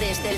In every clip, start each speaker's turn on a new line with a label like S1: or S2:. S1: Desde el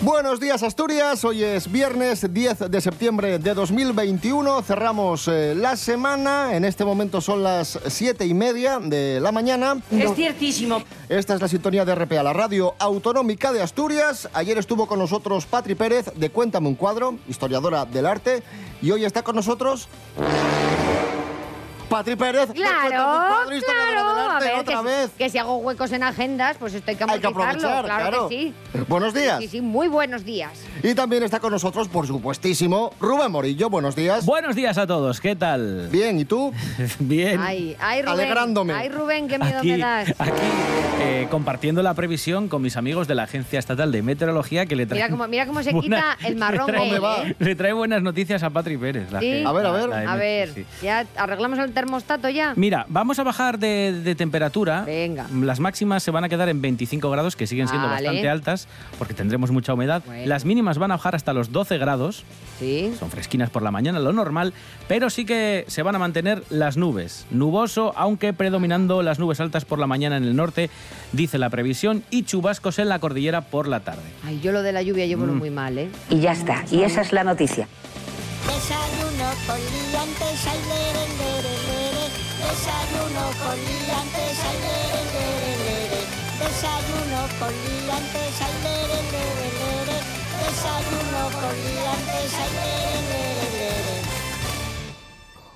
S2: Buenos días Asturias, hoy es viernes 10 de septiembre de 2021, cerramos eh, la semana, en este momento son las 7 y media de la mañana.
S3: Es ciertísimo.
S2: Esta es la sintonía de RPA, la radio autonómica de Asturias. Ayer estuvo con nosotros Patri Pérez de Cuéntame un cuadro, historiadora del arte, y hoy está con nosotros... Patri Pérez, de
S3: Claro,
S2: Cuéntame un cuadro, historiadora
S3: claro.
S2: del
S3: A
S2: arte,
S3: ver, que,
S2: otra
S3: si-
S2: vez.
S3: que si hago huecos en agendas, pues esto hay que
S2: Hay que
S3: amortizarlo.
S2: aprovechar,
S3: claro,
S2: claro.
S3: que sí.
S2: Buenos días.
S3: Sí, sí, muy buenos días.
S2: Y también está con nosotros, por supuestísimo, Rubén Morillo. Buenos días.
S4: Buenos días a todos, ¿qué tal?
S2: Bien, ¿y tú?
S4: Bien.
S3: Ay, ay, Rubén.
S2: Alegrándome.
S3: Ay, Rubén, qué miedo
S4: Aquí,
S3: me das.
S4: aquí, eh, compartiendo la previsión con mis amigos de la Agencia Estatal de Meteorología que le traen
S3: Mira cómo, mira cómo se
S4: buena-
S3: quita el marrón.
S4: le trae,
S3: él,
S2: va?
S3: ¿eh?
S4: le trae buenas noticias a Patri Pérez. la
S3: Sí.
S4: gente,
S2: A ver, a
S4: la-
S2: ver.
S4: la de
S3: A
S4: Met-
S3: ver,
S4: sí.
S3: ya arreglamos el termostato ya.
S4: Mira, vamos a bajar de, de temperatura.
S3: Venga.
S4: Las máximas se van a quedar en 25 grados, que siguen siendo
S3: Vale.
S4: bastante altas, porque tendremos mucha humedad.
S3: Bueno.
S4: Las mínimas van a bajar hasta los 12 grados.
S3: Sí.
S4: Son fresquinas por la mañana, lo normal, pero sí que se van a mantener las nubes. Nuboso, aunque predominando las nubes altas por la mañana en el norte, dice la previsión, y chubascos en la cordillera por la tarde.
S3: Ay, yo lo de la lluvia llevo
S2: Mm.
S3: lo muy mal, ¿eh?
S5: Y ya está, y esa es la noticia.
S6: Desayuno con liantes al lere, lere, lere. Desayuno con liantes al lere, lere, lere. Desayuno con liantes al lere, lere, lere. Desayuno con liantes al lere, lere, lere.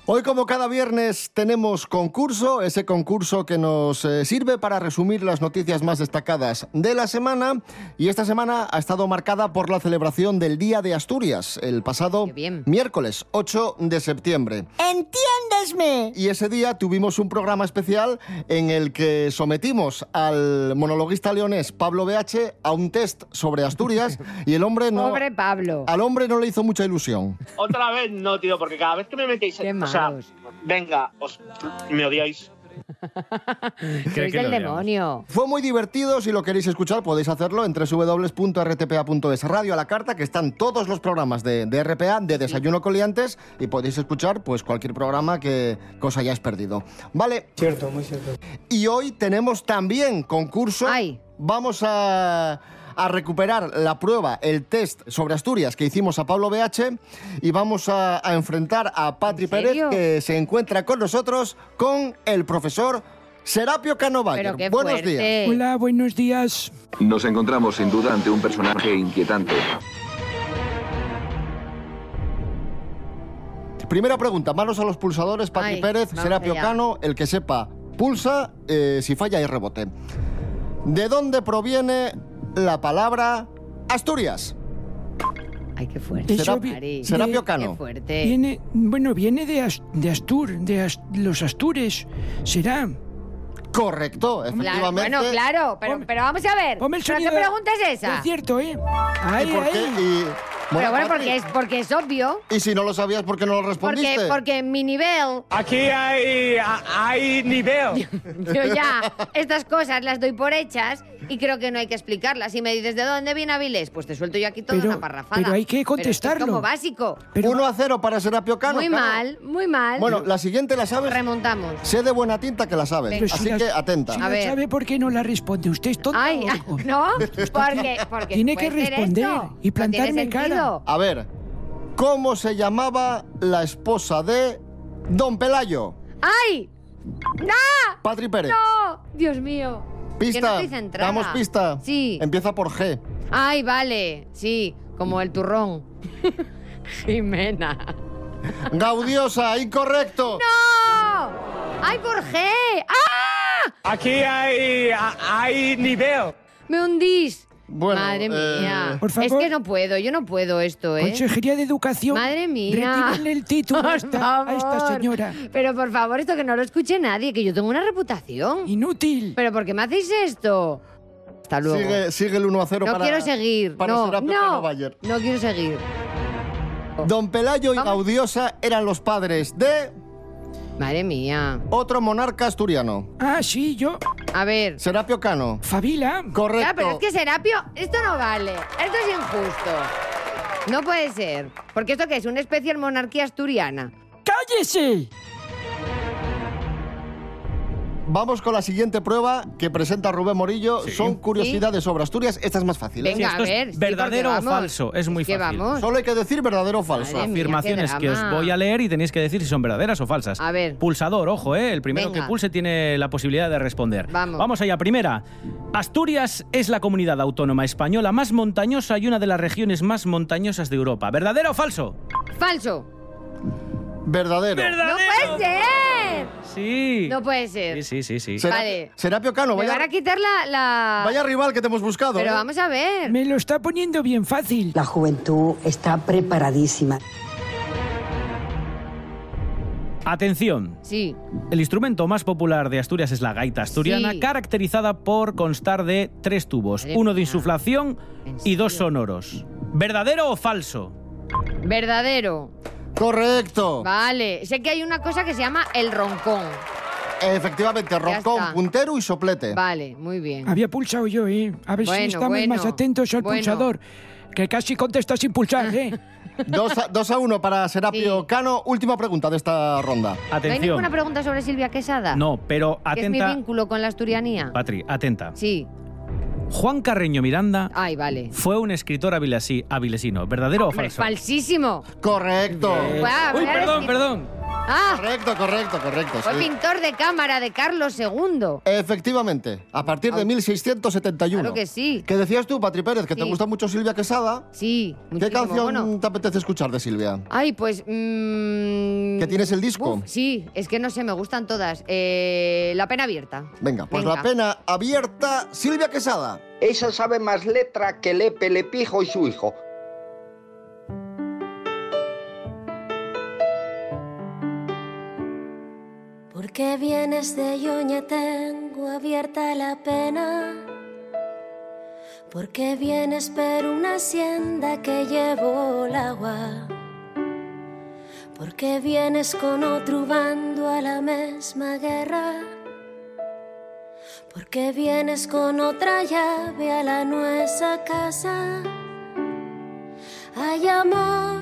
S2: Hoy, como cada viernes, tenemos concurso, ese concurso que nos eh, sirve para resumir las noticias más destacadas de la semana. Y esta semana ha estado marcada por la celebración del Día de Asturias, el pasado
S3: Qué bien.
S2: miércoles 8 de septiembre.
S6: ¡Entiéndesme!
S2: Y ese día tuvimos un programa especial en el que sometimos al monologuista leonés Pablo BH a un test sobre Asturias y el hombre no... Ah,
S3: Pobre Pablo.
S2: Al hombre no le hizo mucha ilusión.
S7: Otra vez no, tío, porque cada vez que me metéis
S3: Qué
S7: O sea,
S3: malos.
S7: venga, os, me odiáis.
S4: Creo
S3: Sois
S4: que
S3: del
S4: lo veamos.
S3: demonio.
S2: Fue muy divertido, si lo queréis escuchar podéis hacerlo en www.rtpa.es, radio a la carta, que están todos los programas de, de RPA, de Desayuno con Liantes, y podéis escuchar pues cualquier programa que, que os hayáis perdido. Vale. Cierto, muy cierto. Y hoy tenemos también concurso.
S3: Ay.
S2: Vamos a, a recuperar la prueba, el test sobre Asturias que hicimos a Pablo BH, y vamos a, a enfrentar a Patri
S3: ¿En
S2: Pérez,
S3: serio?
S2: que se encuentra con nosotros, con el profesor... Serapio Canovayer.
S3: Pero qué
S2: Buenos
S3: fuerte.
S2: días.
S8: Hola, buenos días.
S9: Nos encontramos sin duda ante un personaje inquietante.
S2: Primera pregunta, manos a los pulsadores, Paqui
S3: Ay,
S2: Pérez,
S3: vamos
S2: será
S3: allá.
S2: Piocano, el que sepa, pulsa, eh, si falla y rebote. ¿De dónde proviene la palabra Asturias?
S3: Ay, qué fuerte.
S8: Eso
S2: vi-
S3: Mari.
S2: Serapio
S3: Qué
S2: Cano.
S3: fuerte.
S8: Viene, bueno, viene de, As- de Astur, de As- los Astures. Será.
S2: Correcto,
S3: Claro,
S2: efectivamente.
S3: bueno, claro, pero,
S8: Ponme-
S3: pero vamos a ver.
S8: Ponme el
S3: ¿Pero qué
S8: sonido.
S3: pregunta es esa?
S8: Es cierto, ¿eh? Ahí,
S2: ¿Y por qué?
S8: ahí.
S2: Y,
S3: Pero
S2: Patri,
S3: bueno, porque es, porque es obvio.
S2: Y si no lo sabías, ¿por qué no lo respondiste?
S3: Porque, porque en mi nivel,
S10: Aquí hay, hay nivel.
S3: yo ya estas cosas las doy por hechas y creo que no hay que explicarlas. Si me dices de dónde viene Avilés, pues te suelto yo aquí toda
S8: Pero-
S3: una parrafada.
S8: pero hay que
S3: Pero esto es
S8: contestarlo.
S3: como básico.
S8: Pero
S2: 1 a 0 para Serapio Cano.
S3: muy
S2: claro.
S3: mal, muy mal.
S2: Bueno, la siguiente la sabes.
S3: Remontamos.
S2: Sé de buena tinta que la sabes,
S8: Pero si
S2: así
S8: la-
S2: que atenta.
S8: si
S3: A
S8: no
S3: ver.
S8: sabe por qué no la responde. ¿Usted es tonto
S3: Ay,
S8: o- o-
S3: no, porque, porque
S8: Tiene que
S3: puede ser
S8: responder
S3: esto.
S8: y
S3: No tiene
S8: plantarme cara.
S3: sentido.
S2: A ver, ¿cómo se llamaba la esposa de Don Pelayo?
S3: ¡Ay! ¡No!
S2: Patri Pérez.
S3: Ah, ¡No! Dios mío. Que no
S2: Pista.
S3: estoy centrada.
S2: Damos pista.
S3: Sí.
S2: Empieza por G.
S3: Ay, vale. Sí, como el turrón. Jimena.
S2: Gaudiosa, incorrecto.
S3: ¡No! ¡Ay, por G! ¡Ah!
S10: Aquí hay, hay nivel.
S3: ¡Me hundís!
S2: Bueno,
S3: Madre
S2: eh,
S3: mía.
S8: Por
S3: Es
S8: favor.
S3: que no puedo, yo no puedo esto, ¿eh?
S8: Consejería de Educación.
S3: Madre mía.
S8: Retírenle el título a
S3: Por
S8: esta, a esta
S3: favor.
S8: señora.
S3: Pero por favor, esto que no lo escuche nadie, que yo tengo una reputación.
S8: Inútil.
S3: ¿Pero por qué me hacéis esto? Hasta luego.
S2: sigue, sigue el 1 a 0
S3: no
S2: para,
S3: quiero seguir.
S2: para
S3: no,
S2: Serapio
S3: no,
S2: Canovayer.
S3: no quiero seguir.
S2: Don Pelayo y
S3: Vamos.
S2: Gaudiosa eran los padres de
S3: Madre mía.
S2: Otro monarca asturiano.
S8: Ah, sí, yo.
S3: A ver.
S2: Serapio Cano.
S8: Fabila.
S2: Correcto.
S3: Ah, pero es que Serapio, esto no vale. Esto es injusto. No puede ser. Porque esto que es una especial monarquía asturiana.
S8: ¡Cállese!
S2: Vamos con la siguiente prueba que presenta Rubén Morillo. Son curiosidades sobre Asturias. Esta es más fácil. ¿eh?
S3: Venga,
S4: esto
S3: a
S4: es
S3: ver. sí,
S4: verdadero
S3: porque
S4: o
S3: vamos.
S4: falso, es muy
S3: que
S4: fácil.
S3: vamos.
S2: Solo hay que decir verdadero o falso.
S3: Madre mía, qué
S4: afirmaciones que os
S3: drama.
S4: voy a leer y tenéis que decir si son verdaderas o falsas.
S3: A ver.
S4: Pulsador, ojo, ¿eh? El primero
S3: Venga.
S4: que pulse tiene la posibilidad de responder.
S3: Vamos.
S4: allá. Primera. Asturias es la comunidad autónoma española más montañosa y una de las regiones más montañosas de Europa. ¿Verdadero o falso?
S3: Falso.
S2: Verdadero.
S3: ¡No puede ser!
S4: Sí.
S3: No puede ser.
S4: Sí, sí, sí, sí.
S2: Serapio-
S3: Vale.
S2: Serapio Cano,
S3: Me van a
S2: vaya,
S3: quitar la... la-
S2: vaya rival que te hemos buscado.
S3: Pero
S2: ¿eh?
S3: vamos a ver.
S8: Me lo está poniendo bien fácil.
S5: La juventud está preparadísima.
S4: Atención.
S3: Sí.
S4: El instrumento más popular de Asturias es la gaita asturiana,
S3: Sí.
S4: caracterizada por constar de tres tubos,
S3: Madre
S4: uno de
S3: mía.
S4: insuflación
S3: ¿En
S4: y dos
S3: serio?
S4: sonoros. ¿Verdadero o falso?
S3: Verdadero.
S2: Correcto.
S3: Vale. Sé que hay una cosa que se llama el roncón.
S2: Efectivamente, roncón,
S3: está.
S2: puntero y soplete.
S3: Vale, muy bien.
S8: Había pulsado yo, ¿eh? A ver si
S3: Bueno,
S8: estamos
S3: bueno,
S8: más atentos al
S3: bueno.
S8: pulsador. Que casi contesta sin pulsar, ¿eh?
S2: 2 a, dos a uno para Serapio
S3: Sí.
S2: Cano. Última pregunta de esta ronda.
S3: ¿No hay
S4: Atención.
S3: ninguna pregunta sobre Silvia Quesada?
S4: No, pero
S3: ¿Que es mi
S4: atenta.
S3: vínculo con la asturianía?
S4: Patri, atenta.
S3: Sí.
S4: Juan Carreño Miranda
S3: Ay, vale.
S4: fue un escritor avilesí- avilesino. ¿Verdadero o
S3: Hombre,
S4: falso? Eh,
S3: falsísimo.
S2: Correcto.
S3: Guau,
S4: Uy,
S3: ¿verdad?
S4: perdón, perdón.
S3: Ah,
S2: Correcto, correcto, correcto.
S3: fue
S2: sí.
S3: pintor de cámara de Carlos II.
S2: Efectivamente, a partir de 1671.
S3: Claro que sí.
S2: ¿Qué decías tú, Patri Pérez, que te
S3: Sí.
S2: gusta mucho Silvia Quesada?
S3: Sí,
S2: ¿Qué
S3: muchísimo.
S2: canción
S3: Bueno.
S2: te apetece escuchar de Silvia?
S3: Ay, pues... mm,
S2: ¿Que tienes el disco?
S3: uf, sí, es que no sé, me gustan todas. Eh, la pena abierta.
S2: Venga, pues
S3: Venga.
S2: la pena abierta, Silvia Quesada.
S11: Ella sabe más letra que Lepe, Lepijo y su hijo.
S6: Porque vienes de Yoña tengo abierta la pena. Porque vienes per una hacienda que llevo el agua. Porque vienes con otro bando a la misma guerra. Porque vienes con otra llave a la nuestra casa. Hay amor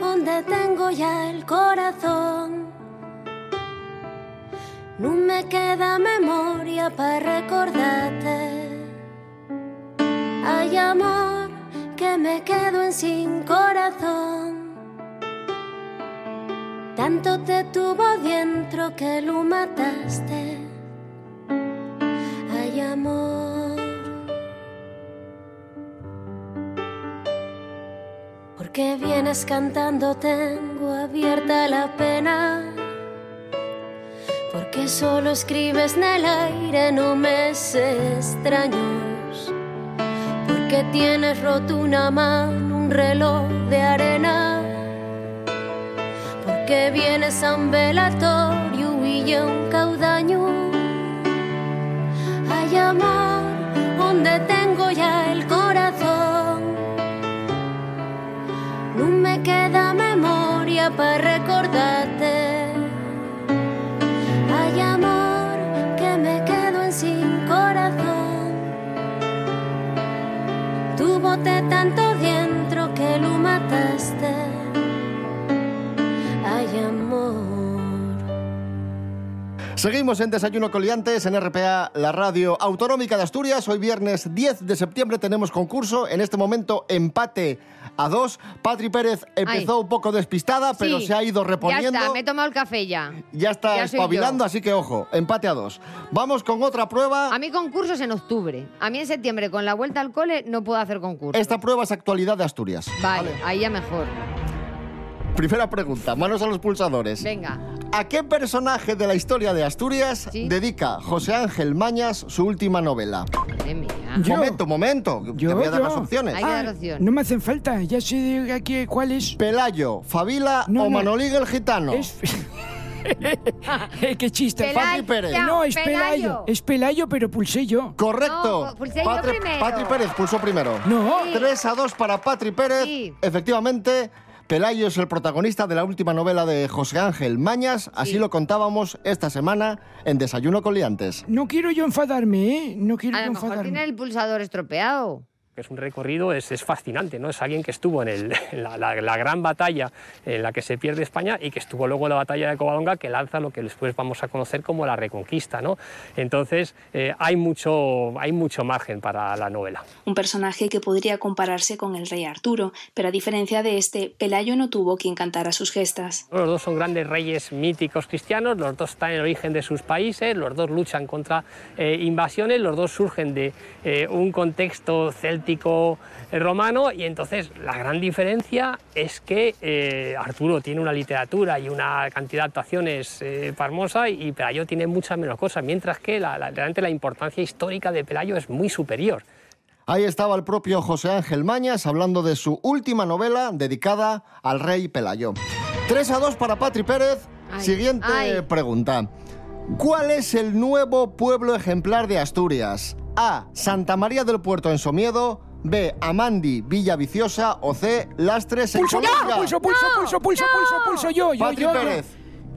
S6: donde tengo ya el corazón. No me queda memoria para recordarte. Hay amor que me quedo en sin corazón. Tanto te tuvo dentro que lo mataste. Hay amor. Porque vienes cantando, tengo abierta la pena. Porque solo escribes en el aire, no meses extraños. Porque tienes roto una mano, un reloj de arena. Porque vienes a un velatorio y a un caudaño. Hay amor donde tengo ya el corazón. No me queda memoria para recordarte. Hay amor que me quedo en sin corazón. Tu bote tanto dentro que lo mataste. Hay amor.
S2: Seguimos en Desayuno Coliantes en RPA, la radio autonómica de Asturias. Hoy viernes 10 de septiembre tenemos concurso. En este momento empate a dos. Patri Pérez empezó un poco despistada, pero
S3: Sí.
S2: se ha ido reponiendo.
S3: Ya está, me he tomado el café ya.
S2: Ya está
S3: Ya soy
S2: espabilando,
S3: yo.
S2: así que ojo, empate a dos. Vamos con otra prueba.
S3: A mí concursos en octubre. A mí en septiembre, con la vuelta al cole, no puedo hacer concursos.
S2: Esta prueba es actualidad de Asturias.
S3: Vale, ahí ya mejor.
S2: Primera pregunta, manos a los pulsadores.
S3: Venga.
S2: ¿A qué personaje de la historia de Asturias
S3: Sí.
S2: dedica José Ángel Mañas su última novela?
S3: Madre mía.
S8: Yo.
S2: Momento, momento. Te
S8: Yo,
S2: voy a dar
S8: yo.
S2: las opciones.
S3: Hay que dar opción.
S8: No me hacen falta, ya sé de aquí cuál es.
S2: Pelayo, Fabila
S8: No,
S2: o
S8: no.
S2: Manolín el Gitano.
S8: Es... Eh, ¡Qué chiste!
S3: Pelayo,
S2: Patri Pérez.
S8: No, es Pelayo. Es Pelayo, pero pulsé yo.
S2: Correcto.
S3: No, pues pulsé yo
S2: Patri,
S3: primero.
S2: Patri Pérez pulsó primero.
S8: No.
S2: 3 a 2 para Patri Pérez.
S3: Sí.
S2: Efectivamente, Pelayo es el protagonista de la última novela de José Ángel Mañas, así lo contábamos esta semana en Desayuno con Liantes.
S8: No quiero yo enfadarme, ¿eh? No quiero
S3: A
S8: yo
S3: lo mejor
S8: enfadarme.
S3: tiene el pulsador estropeado.
S12: Es un recorrido, es, es fascinante, ¿no? Es alguien que estuvo en, el- en la, la- la gran batalla en la que se pierde España y que estuvo luego en la batalla de Covadonga, que lanza lo que después vamos a conocer como la Reconquista, ¿no? Entonces, eh, hay, mucho, hay mucho margen para la novela.
S13: un personaje que podría compararse con el rey Arturo, pero a diferencia de este, Pelayo no tuvo quien cantara sus gestas.
S12: Los dos son grandes reyes míticos cristianos, los dos están en el origen de sus países, los dos luchan contra eh, invasiones, los dos surgen de eh, un contexto céltico eh, romano y entonces la gran diferencia es que eh, Arturo tiene una literatura y una cantidad de actuaciones eh, pasmosa y Pelayo tiene muchas menos cosas, mientras que la, la- realmente la importancia histórica de Pelayo es muy superior.
S2: Ahí estaba el propio José Ángel Mañas hablando de su última novela dedicada al rey Pelayo. 3 a 2 para Patri Pérez. Siguiente
S3: ay.
S2: pregunta. ¿Cuál es el nuevo pueblo ejemplar de Asturias? A. Santa María del Puerto en Somiedo. B. Amandi, Villa Viciosa. O C. Lastres en
S8: Pulso,
S2: Colunga.
S8: pulso, pulso, pulso, pulso, pulso, pulso, pulso, yo, yo,
S2: Patri
S8: yo.
S2: Pérez.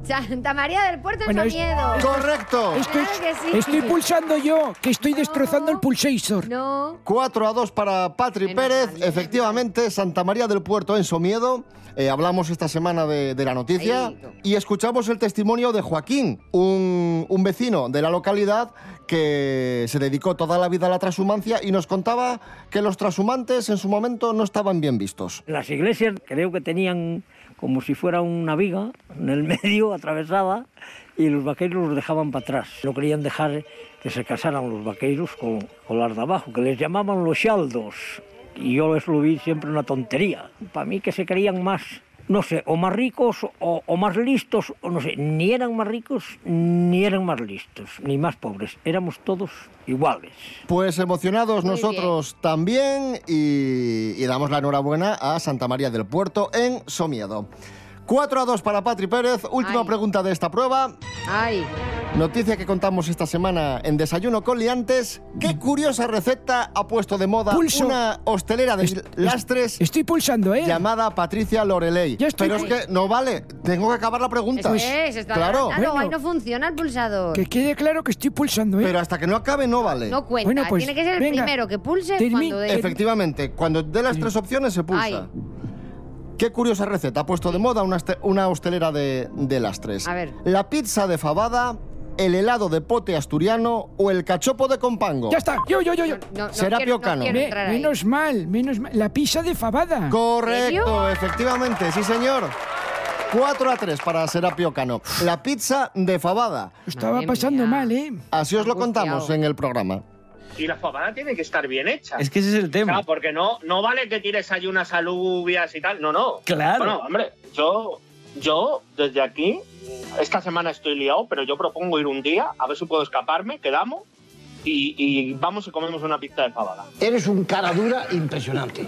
S3: Santa María del Puerto en
S8: Bueno, es-
S3: Somiedo.
S8: esto es-
S2: Correcto.
S8: Estoy,
S3: Claro que sí.
S8: estoy pulsando yo, que estoy destrozando el pulsator.
S3: No.
S2: 4 a 2 para Patri Pérez.
S14: ¿eh?
S2: Efectivamente, Santa María del Puerto en Somiedo. Eh, hablamos esta semana de, de la noticia
S14: Ahí.
S2: y escuchamos el testimonio de Joaquín, un, un vecino de la localidad que se dedicó toda la vida a la transhumancia y nos contaba que los transhumantes en su momento no estaban bien vistos.
S15: Las iglesias creo que tenían como si fuera una viga en el medio atravesada y los vaqueros los dejaban para atrás. No querían dejar que se casaran los vaqueros con, con las de abajo, que les llamaban los shaldos. Y yo eso lo vi siempre una tontería. Para mí que se creían más, no sé, o más ricos o, o más listos, o no sé, ni eran más ricos ni eran más listos, ni más pobres. Éramos todos iguales.
S2: Pues emocionados
S15: Muy
S2: nosotros también y, y damos la enhorabuena a Santa María del Puerto en Somiedo. 4 a 2 para Patri Pérez. Última pregunta de esta prueba.
S3: Ay.
S2: Noticia que contamos esta semana en Desayuno con Liantes. ¿Qué curiosa receta ha puesto de moda
S8: Pulso.
S2: una hostelera de Lastres?
S8: Estoy pulsando, ¿eh?
S2: Llamada Patricia Loreley.
S8: estoy
S2: Pero es
S8: pul-
S2: que no vale, tengo que acabar la pregunta.
S3: Eso es, está
S2: claro.
S3: Ah, no, ahí no funciona el pulsador.
S8: Que quede claro que estoy pulsando, ¿eh?
S2: Pero hasta que no acabe no vale.
S3: No cuenta.
S8: pues
S3: Tiene que ser el primero que pulse
S8: termi-
S3: cuando dé-
S2: Efectivamente, cuando dé las tres opciones se pulsa.
S3: Ay.
S2: Qué curiosa receta ha puesto de moda una, hoste- una hostelera de, de las tres.
S3: A ver.
S2: La pizza de fabada, el helado de pote asturiano o el cachopo de compango.
S8: Ya está, yo, yo, yo, yo.
S3: No, no
S2: Será quiero- no Piocano. quiero
S8: Me-
S2: entrar ahí.
S8: menos mal, menos mal. La pizza de
S3: Ah.
S8: fabada.
S2: Correcto, efectivamente, sí señor. 4 a 3 para Serapio Cano. La pizza de fabada.
S8: Estaba pasando mal, ¿eh?
S2: Así os lo contamos en el programa.
S7: Y la fabada tiene que estar bien hecha.
S2: Es que ese es el tema.
S7: Claro, porque no, no vale que tires ahí unas alubias y tal. No, no.
S4: Claro.
S7: Bueno, hombre, yo, yo desde aquí, esta semana estoy liado, pero yo propongo ir un día, a ver si puedo escaparme, quedamos y, y vamos y comemos una pizza de fabada.
S14: Eres un cara dura impresionante.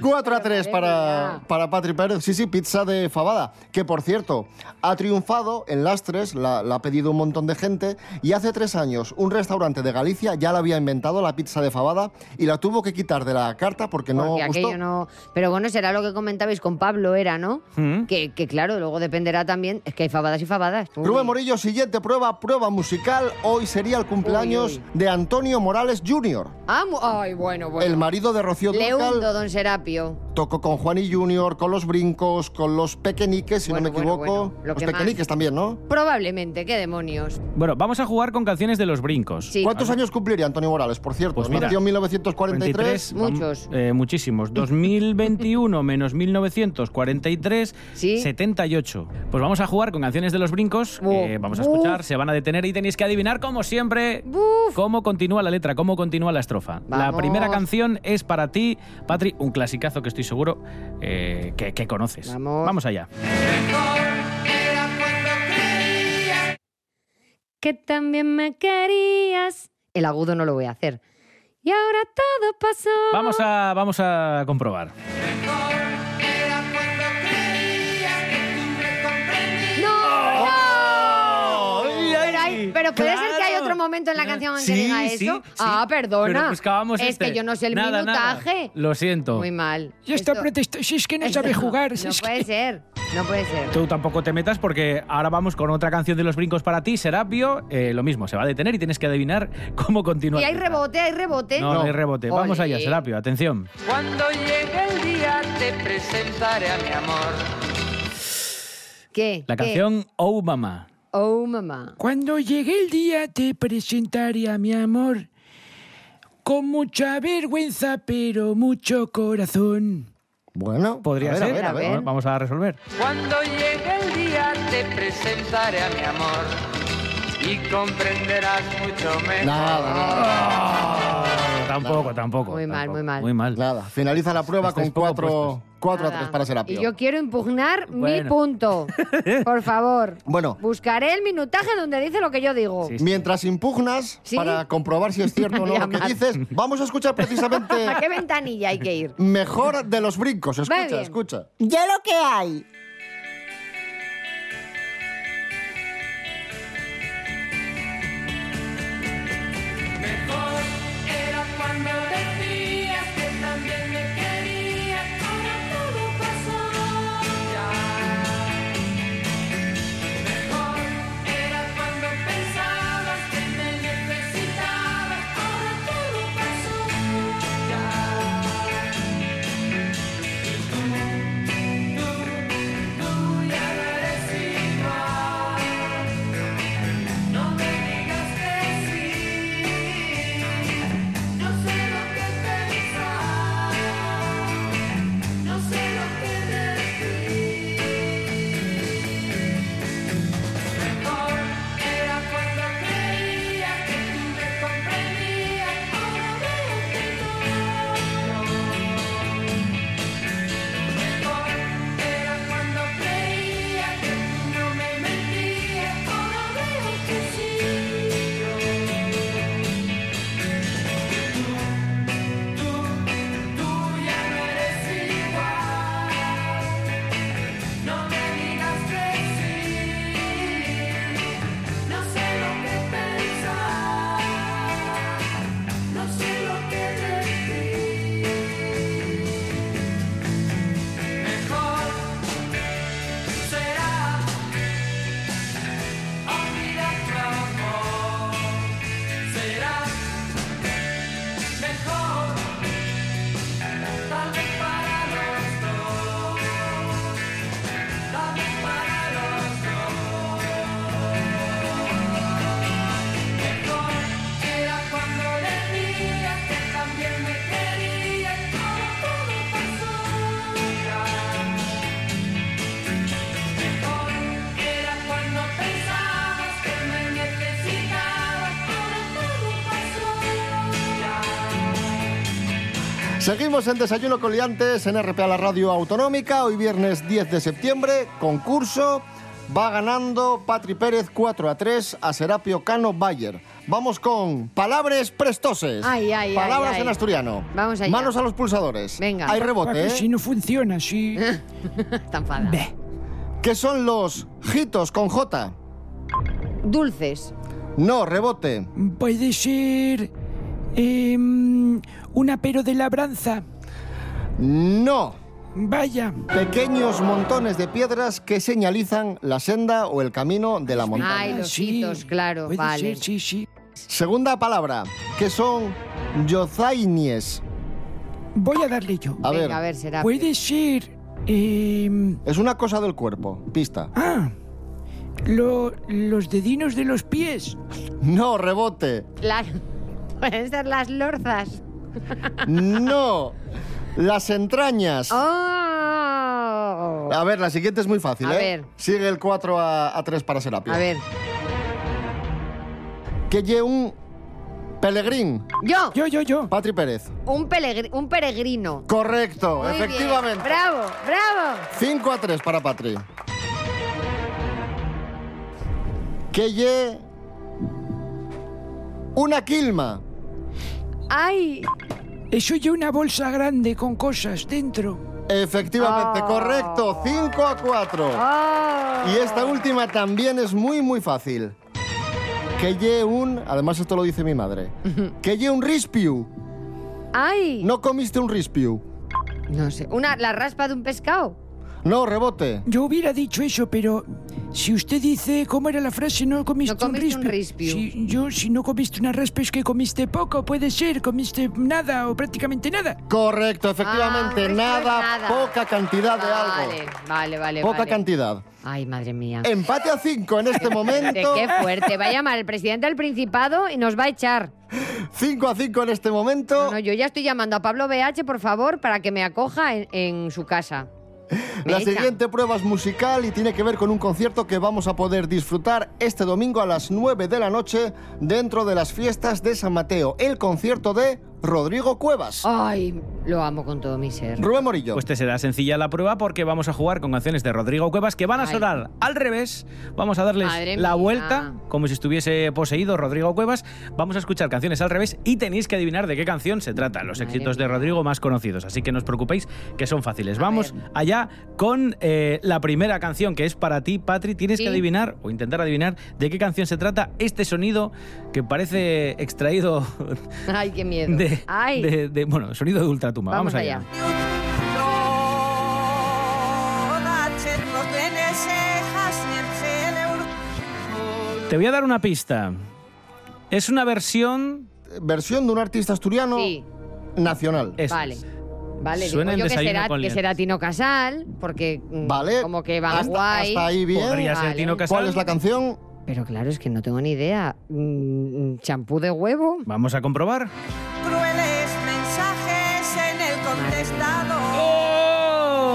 S2: 4 a 3 para, para Patri Pérez. Sí, sí, pizza de fabada. Que por cierto, ha triunfado en Lastres, la, la ha pedido un montón de gente. Y hace tres años, un restaurante de Galicia ya la había inventado, la pizza de fabada, y la tuvo que quitar de la carta porque no
S3: Porque
S2: gustó.
S3: aquello no. Pero bueno, será lo que comentabais con Pablo, era, ¿no?
S2: Mm.
S3: Que, que claro, luego dependerá también. Es que hay fabadas y fabadas. Uy.
S2: Rubén Morillo, siguiente prueba, prueba musical. Hoy sería el cumpleaños
S3: Uy,
S2: de Antonio Morales Jr.,
S3: Ah, mu- ay, bueno, bueno.
S2: el marido de Rocío
S3: Le
S2: Dúrcal.
S3: hundo, don Serapio.
S2: Tocó con Juani Jr., con los brincos, con los pequeñiques, si no me
S3: bueno,
S2: equivoco.
S3: bueno, lo
S2: Los
S3: que más.
S2: pequeñiques también, ¿no?
S3: Probablemente, qué demonios.
S4: Bueno, vamos a jugar con canciones de los brincos.
S2: ¿Cuántos
S16: Ah,
S2: años cumpliría Antonio Morales, por cierto?
S4: Pues mira,
S2: Nació en 1943.
S4: vam- eh, muchísimos. 2021 menos 1943, 78. Pues vamos a jugar con canciones de los brincos. que vamos a escuchar, se van a detener y tenéis que adivinar, como siempre, cómo continúa la letra, cómo continúa la estrofa. La
S17: Vamos.
S4: primera canción es para ti, Patri, un clasicazo que estoy seguro eh, que, que conoces. Vamos. allá.
S3: Que también me querías. El agudo no lo voy a hacer. Y ahora todo pasó.
S4: Vamos a, vamos a comprobar.
S3: ¡No! ¡No! ¡Oh! Pero ahí Pero puede ser que hay
S16: ¡Oh! claro.
S3: otro momento en la canción en que
S16: Sí,
S3: diga eso.
S16: sí, sí.
S3: ah, perdona.
S16: Pero buscábamos
S3: es
S16: este.
S3: que yo no sé el
S16: Nada, nada.
S3: minutaje.
S16: Lo siento.
S3: Muy mal.
S4: Ya está protestando. Si es que no sabe jugar. si
S3: No
S4: es que-
S3: puede ser. No puede ser.
S16: Tú tampoco te metas porque ahora vamos con otra canción de los brincos para ti, Serapio. Eh, lo mismo, se va a detener y tienes que adivinar cómo
S3: Y
S16: continuar.
S3: hay rebote, hay rebote.
S16: no, no hay rebote. Vamos
S3: Ole.
S16: allá, Serapio, atención.
S6: Cuando llegue el día te presentaré a mi amor.
S3: ¿Qué?
S16: La
S3: ¿Qué?
S16: canción Oh Mama.
S3: Oh, mamá.
S4: Cuando llegue el día te presentaré a mi amor. Con mucha vergüenza, pero mucho corazón.
S2: Bueno,
S16: podría
S4: a ver,
S16: ser.
S4: a ver, a ver.
S16: Bueno, Vamos a resolver.
S6: Cuando llegue el día te presentaré a mi amor. Y comprenderás mucho
S16: pues.
S6: mejor.
S2: Nada, nada.
S16: tampoco, tampoco.
S3: Muy mal, muy mal.
S16: Muy mal.
S2: pues Nada, finaliza la prueba
S16: Estáis
S2: con
S16: poco
S2: cuatro, cuatro a
S3: Nada.
S2: tres para Serapio.
S3: Y yo quiero impugnar mi
S2: Bueno.
S3: punto. Por favor.
S2: Bueno,
S3: Buscaré el minutaje donde dice lo que yo digo.
S2: mientras impugnas
S3: ¿Sí?
S2: para comprobar si es cierto o no lo que
S3: Llamar.
S2: dices, vamos a escuchar precisamente
S3: ¿A qué ventanilla hay que ir?
S2: mejor de los brincos.
S3: Muy
S2: Escucha,
S3: bien.
S2: escucha.
S8: Ya lo que hay.
S6: Mejor era cuando decías que también me querías. Ahora todo pasó. Ya. Mejor era cuando pensabas que me necesitabas. Ahora todo pasó. Ya. Y tú, tú, tú ya no eres igual. No me digas que sí. No sé lo que pensar, no sé lo que decir. Mejor era cuando creía que tú me comprendías, ahora veo que no. Mejor era cuando creía que tú no me mentías, ahora veo que sí. No me digas que sí, no sé lo que pensar, no sé lo que decir. Mejor será olvidar tu amor, será mejor, tal vez para los dos. Era cuando decías que también me querías, ahora todo pasó ya. Mejor era cuando pensabas que me necesitabas, ahora todo pasó ya.
S2: Seguimos en Desayuno con Liantes en RPA, la radio autonómica. Hoy viernes 10 de septiembre, concurso. Va ganando Patri Pérez 4 a 3 a Serapio Cano Bayer. Vamos con palabras prestoses.
S3: Ay, ay, ay,
S2: palabras
S3: ay.
S2: en asturiano.
S3: Vamos allá.
S2: Manos a los pulsadores.
S3: Venga.
S2: Hay rebote,
S4: Paco, Si
S2: ¿eh?
S4: no funciona, si.
S3: Está enfadada.
S2: ¿eh? ¿Qué son los jitos con J?
S3: Dulces.
S2: No, rebote.
S4: Puede ser. eh, un apero de labranza.
S2: No.
S4: Vaya.
S2: Pequeños montones de piedras que señalizan la senda o el camino de la montaña.
S3: Ay, los hitos, claro,
S4: puede
S3: vale.
S4: ser, sí, sí.
S2: Segunda palabra, que son yozainies.
S4: Voy a darle yo.
S2: A ver.
S3: Venga, a ver, será.
S4: Puede ser. eh,
S2: Es una cosa del cuerpo, pista.
S4: ah. lo- los dedinos de los pies.
S2: No, rebote.
S3: Las... Pueden ser las lorzas.
S2: No. Las entrañas.
S3: ¡Oh!
S2: A ver, la siguiente es muy fácil,
S3: A
S2: ¿eh?
S3: ver.
S2: Sigue el 4 a, a 3 para Serapio.
S3: A ver.
S2: Que lle un pelegrín.
S3: Yo.
S4: Yo, yo, yo.
S2: Patri Pérez.
S3: Un, pelegr- un peregrino.
S2: Correcto,
S3: Muy bien.
S2: efectivamente.
S3: Bravo, bravo.
S2: 5 a 3 para Patri. Que lle una quilma.
S3: Ay.
S18: Eh,
S4: Eso yo una bolsa grande con cosas dentro.
S2: Efectivamente,
S3: Ah.
S4: Oh.
S2: correcto. 5 a 4.
S3: Oh.
S2: Y esta última también es muy, muy fácil. Que lle un. Además, esto lo dice mi madre. Que lle un rispiu.
S3: ¡Ay!
S2: No comiste un rispiu.
S3: No sé. Una, la raspa de un pescado.
S2: No, rebote.
S18: Yo hubiera dicho eso, pero si usted dice, ¿cómo era la frase? No comiste,
S3: No comiste un
S18: rispio. Si, yo, si no comiste una raspa, es que comiste poco, puede ser, comiste nada o prácticamente nada.
S2: Correcto, efectivamente.
S3: Ah, un rispiu
S2: nada,
S3: es nada.
S2: poca cantidad de algo.
S3: Vale, vale, vale.
S2: poca
S3: vale.
S2: cantidad.
S3: Ay, madre mía.
S2: Empate a 5 en este momento.
S3: Qué fuerte. Va a llamar el presidente del Principado y nos va a echar.
S2: 5 a 5 en este momento.
S3: No, no, yo ya estoy llamando a Pablo BH, por favor, para que me acoja en, en su casa. Me
S2: La
S3: echa.
S2: siguiente prueba es musical y tiene que ver con un concierto que vamos a poder disfrutar este domingo a las 9 de la noche dentro de las fiestas de San Mateo. El concierto de Rodrigo Cuevas.
S3: Ay, lo amo con todo mi ser.
S2: Rubén Morillo.
S4: Pues te será sencilla la prueba porque vamos a jugar con canciones de Rodrigo Cuevas que van a sonar al revés. Vamos a darles
S3: Madre
S4: la
S3: mía.
S4: vuelta como si estuviese poseído Rodrigo Cuevas. Vamos a escuchar canciones al revés y tenéis que adivinar de qué canción se trata, los éxitos de Rodrigo más conocidos. Así que no os preocupéis que son fáciles. vamos allá con eh, la primera canción que es para ti, Patri. Tienes
S3: Sí.
S4: que adivinar o intentar adivinar de qué canción se trata este sonido que parece extraído
S3: Ay, qué miedo.
S4: de,
S3: Ay.
S4: de- de- bueno, sonido de Ultratumba. Vamos,
S3: Vamos allá.
S4: Te voy a dar una pista. Es una versión.
S2: Versión de un artista asturiano nacional.
S4: Eso
S3: Vale.
S4: es.
S3: Vale,
S4: Suena
S3: digo
S4: en
S3: yo que
S4: Desayuno
S3: será,
S4: con
S3: que
S4: Liantes.
S3: será Tino Casal, porque mm,
S2: Vale.
S3: como que van
S2: hasta,
S3: guay.
S2: hasta ahí bien.
S4: Podría ser
S3: Vale.
S4: Tino Casal.
S2: ¿Cuál es la canción?
S3: Pero claro, es que no tengo ni idea. Mm, ¿Champú de huevo?
S4: Vamos a comprobar.
S1: Crueles mensajes en el contestado.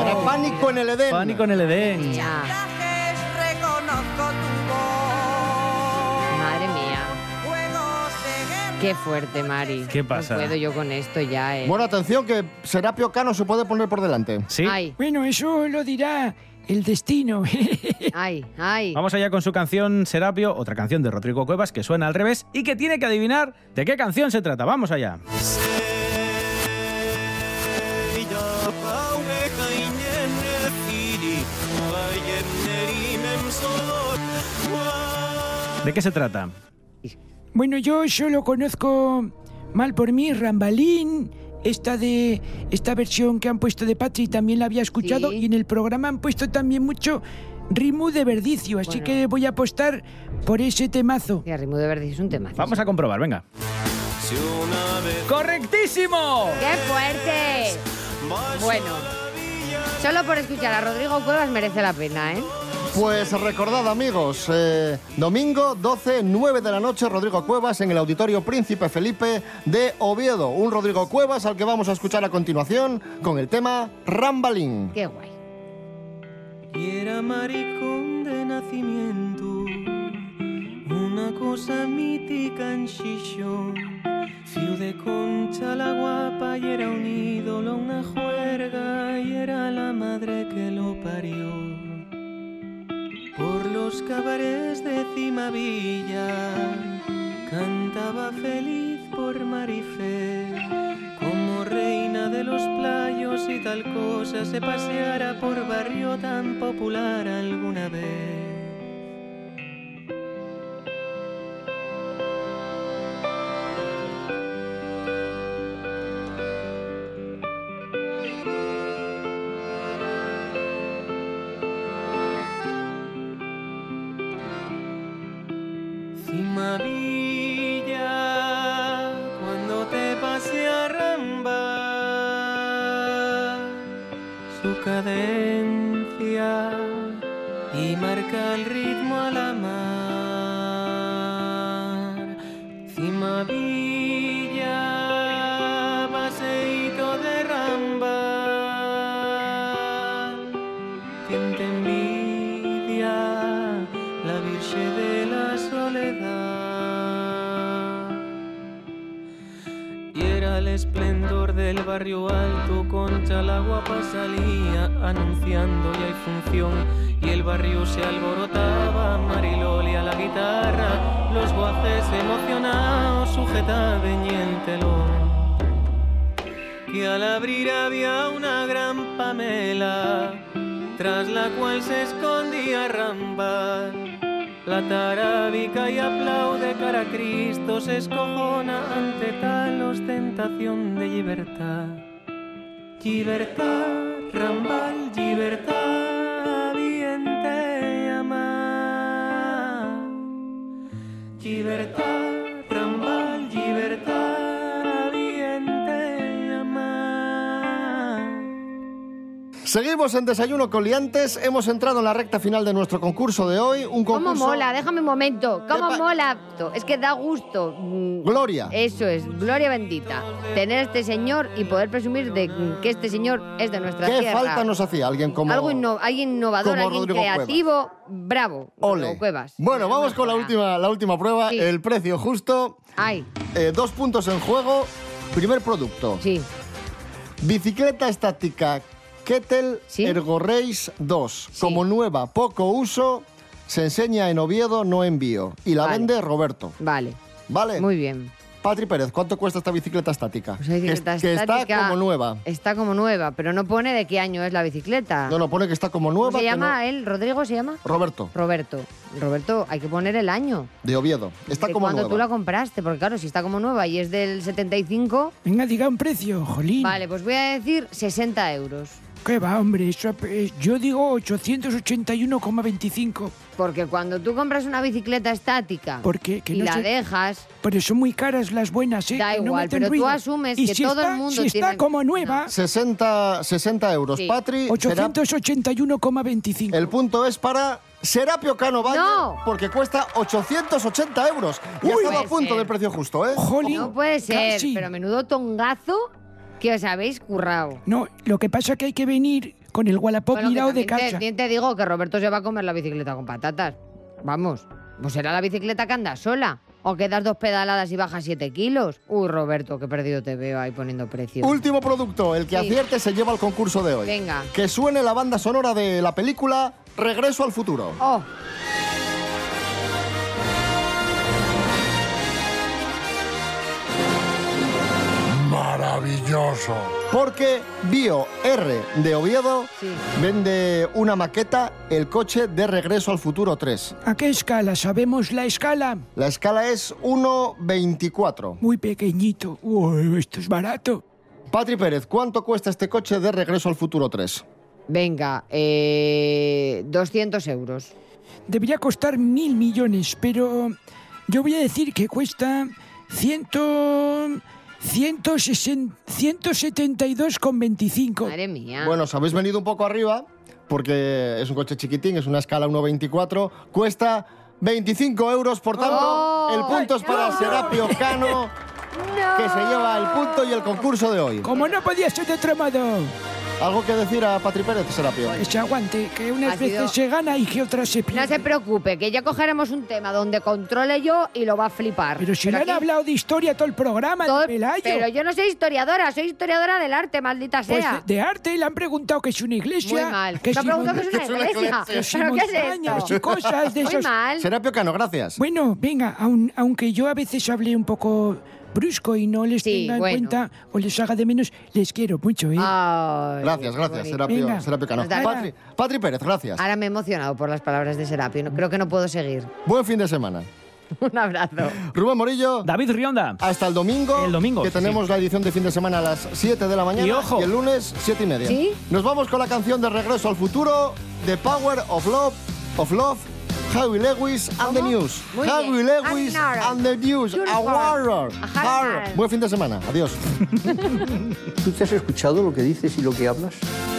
S2: Era Pánico en el Edén.
S4: Oh. Pánico en el Edén.
S1: Chantajes, reconozco tu voz.
S3: Madre mía.
S1: Juegos de guerra.
S3: Qué fuerte, Mari.
S4: ¿Qué
S3: No
S4: pasa?
S3: puedo yo con esto ya, eh.
S2: Bueno, atención que Serapio Cano se puede poner por delante.
S4: Sí.
S3: Ay,
S18: Bueno, eso lo dirá el destino.
S3: ay, ay.
S4: Vamos allá con su canción Serapio, otra canción de Rodrigo Cuevas que suena al revés y que tiene que adivinar de qué canción se trata. Vamos allá. ¿De qué se trata?
S18: Bueno, yo solo conozco mal por mí Rambalín. Esta de esta versión que han puesto de Patri también la había escuchado
S3: Sí.
S18: y en el programa han puesto también mucho Rimu de Verdicio, así
S3: Bueno.
S18: que voy a apostar por ese temazo.
S3: Y Arrimo de Verdi es un tema.
S4: Vamos a comprobar, venga. ¡Correctísimo!
S3: ¡Qué fuerte! Bueno, solo por escuchar a Rodrigo Cuevas merece la pena, ¿eh?
S2: Pues recordad amigos, eh, domingo 12, 9 de la noche, Rodrigo Cuevas en el Auditorio Príncipe Felipe de Oviedo. Un Rodrigo Cuevas al que vamos a escuchar a continuación con el tema Rambalín.
S3: Qué guay.
S6: Y era maricón de nacimiento, una cosa mítica en Xixón. Fío de concha la guapa y era un ídolo, una juerga y era la madre que lo parió. Por los cabarets de Cimavilla cantaba feliz por Marifé, como reina de los playos y tal cosa se paseara por barrio tan popular alguna vez. Cimavilla, cuando te pase a Ramba, su cadencia y marca el ritmo a la mar. Cimavilla, paseíto de Ramba, quien te envidia, la Virgen de la Soledad. Y era el esplendor del barrio alto, concha la guapa salía anunciando ya hay función. Y el barrio se alborotaba, Mariloli a la guitarra, los guaces emocionados sujetaban y el telón que al abrir había una gran pamela, tras la cual se escondía Rambal. la tarábica y aplaude cara a Cristo, se escojona ante tal ostentación de libertad. Libertad, Rambal, libertad, bien te amar. Libertad, Rambal, libertad, bien te amar.
S2: Seguimos en Desayuno con Liantes. Hemos entrado en la recta final de nuestro concurso de hoy. Un concurso...
S3: ¿Cómo mola? Déjame un momento. ¿Cómo mola? esto? Es que da gusto. mm,
S2: Gloria.
S3: Eso es, gloria bendita. Tener a este señor y poder presumir de mm, que este señor es de nuestra
S2: ¿Qué
S3: tierra.
S2: falta nos hacía alguien como...
S3: Algo inno- alguien innovador,
S2: como
S3: alguien
S2: Rodrigo Cuevas.
S3: creativo. Bravo. Rodrigo Cuevas.
S2: Bueno, vamos con la última, la última prueba.
S3: Sí.
S2: El precio justo.
S3: Ay.
S2: Eh, dos puntos en juego. Primer producto.
S3: Sí.
S2: Bicicleta estática Kettle Ergo Race 2. Como nueva, poco uso. Se enseña en Oviedo, no envío. Y la
S3: Vale.
S2: vende Roberto.
S3: Vale.
S2: Vale.
S3: Muy bien. Pues
S2: Patri Pérez, ¿cuánto cuesta esta bicicleta estática?
S3: bicicleta
S2: que, es- que
S3: estática-
S2: está como nueva.
S3: Está como nueva, pero no pone de qué año es la bicicleta.
S2: No, no, pone que está como nueva.
S3: ¿Cómo se
S2: que
S3: llama
S2: no-
S3: él? ¿Rodrigo se llama?
S2: Roberto,
S3: Roberto. Roberto, hay que poner el año.
S2: de Oviedo. Está
S3: de
S2: como
S3: cuando
S2: nueva.
S3: tú la compraste, porque claro, si está como nueva y es del 75... Venga, diga un precio, jolín. Vale, pues voy a decir 60 euros.
S4: ¿Qué va, hombre? Eso, eh, yo digo 881,25.
S3: Porque cuando tú compras una bicicleta estática
S4: ¿Por qué? Que
S3: y
S4: no
S3: la
S4: sé-
S3: dejas...
S4: Pero son muy caras las buenas, ¿eh?
S3: Da
S4: Que no
S3: igual,
S4: meten
S3: pero tú
S4: ruido.
S3: asumes
S4: Y
S3: que
S4: si
S3: todo el
S4: está-
S3: mundo
S4: si está
S3: tiene-
S4: como nueva...
S2: 60, 60 euros.
S3: Sí.
S2: Patri,
S4: 881,25.
S2: El punto es para Serapio Cano Valle,
S3: No.
S2: porque cuesta 880 euros. Y
S3: Uy.
S2: estaba
S3: Puede
S2: a punto
S3: ser.
S2: del precio justo, ¿eh?
S3: No puede ser, pero menudo tongazo que os habéis currado.
S4: No, lo que pasa es que hay que venir con el Wallapop
S3: Bueno, que
S4: mirado de
S3: también te-
S4: casa.
S3: también te digo que Roberto se va a comer la bicicleta con patatas. Vamos, pues será la bicicleta que anda sola. O que das dos pedaladas y bajas siete kilos. Uy, Roberto, qué perdido te veo ahí poniendo precio.
S2: Último producto, el que
S3: Sí.
S2: acierte se lleva al concurso de hoy.
S3: Venga.
S2: Que suene la banda sonora de la película Regreso al futuro.
S3: Oh,
S2: Maravilloso. Porque Bio R de Oviedo vende una maqueta, el coche de Regreso al Futuro 3.
S4: ¿A qué escala? ¿Sabemos la escala?
S2: La escala es 1.24.
S4: Muy pequeñito. Uy, esto es barato.
S2: Patri Pérez, ¿cuánto cuesta este coche de Regreso al Futuro 3?
S3: venga, eh, 200 euros.
S4: Debería costar mil millones, pero yo voy a decir que cuesta ciento... 172,25.
S3: Madre mía.
S2: Bueno, os habéis venido un poco arriba, porque es un coche chiquitín, es una escala 1.24, cuesta 25 euros, por tanto,
S19: ¡Oh!
S2: el punto es para
S19: ¡No!
S2: Serapio Cano, que se lleva el punto y el concurso de hoy.
S4: Como no podía ser de otro modo.
S2: ¿Algo que decir a Patri Pérez, Serapio?
S4: Que se aguante, que unas
S3: Ha sido-
S4: veces se gana y que otras se
S3: No
S4: pierde.
S3: se preocupe, que ya cogeremos un tema donde controle yo y lo va a flipar.
S4: Pero si le han
S3: aquí-
S4: hablado de historia todo el programa, de Pelayo.
S3: Pero yo no soy historiadora, soy historiadora del arte, maldita
S4: Pues
S3: sea.
S4: de, de arte le han preguntado que es una iglesia.
S3: Muy mal.
S4: Que
S3: Me ha
S4: si
S3: preguntado
S4: mon-
S3: que es una Que es una iglesia. iglesia.
S4: que si
S3: ¿Pero qué es
S4: montañas
S3: esto?
S4: y cosas de
S3: Muy
S4: esos.
S3: mal.
S2: Serapio Cano, gracias.
S4: Bueno, venga, aun- aunque yo a veces hablé un poco brusco y no les tenga en
S2: bueno.
S4: cuenta o les haga de menos, les quiero mucho, ¿eh?
S3: Ah.
S2: Gracias, gracias, Serapio,
S4: Venga.
S2: Serapio Cano.
S3: Nos da-
S2: Patri, Patri Pérez, gracias.
S3: Ahora me he emocionado por las palabras de Serapio. no- Creo que no puedo seguir.
S2: Buen fin de semana.
S3: Un abrazo.
S2: Rubén Morillo.
S20: David Rionda.
S2: Hasta el domingo. El domingo. Que
S20: sí,
S2: tenemos la edición de fin de semana a las 7 de la mañana.
S20: Y ojo.
S2: el lunes, 7 y media.
S20: ¿Sí?
S2: Nos vamos con la canción de Regreso al Futuro, The Power of Love, of Love, Harry Lewis and the News.
S19: Muy
S2: Harry
S19: bien.
S2: Lewis
S19: Arnold.
S2: and the News. A
S19: Beautiful.
S2: warrior.
S19: Arnold.
S2: Har- Buen fin de semana. Adiós.
S21: ¿Tú te has escuchado lo que dices y lo que hablas?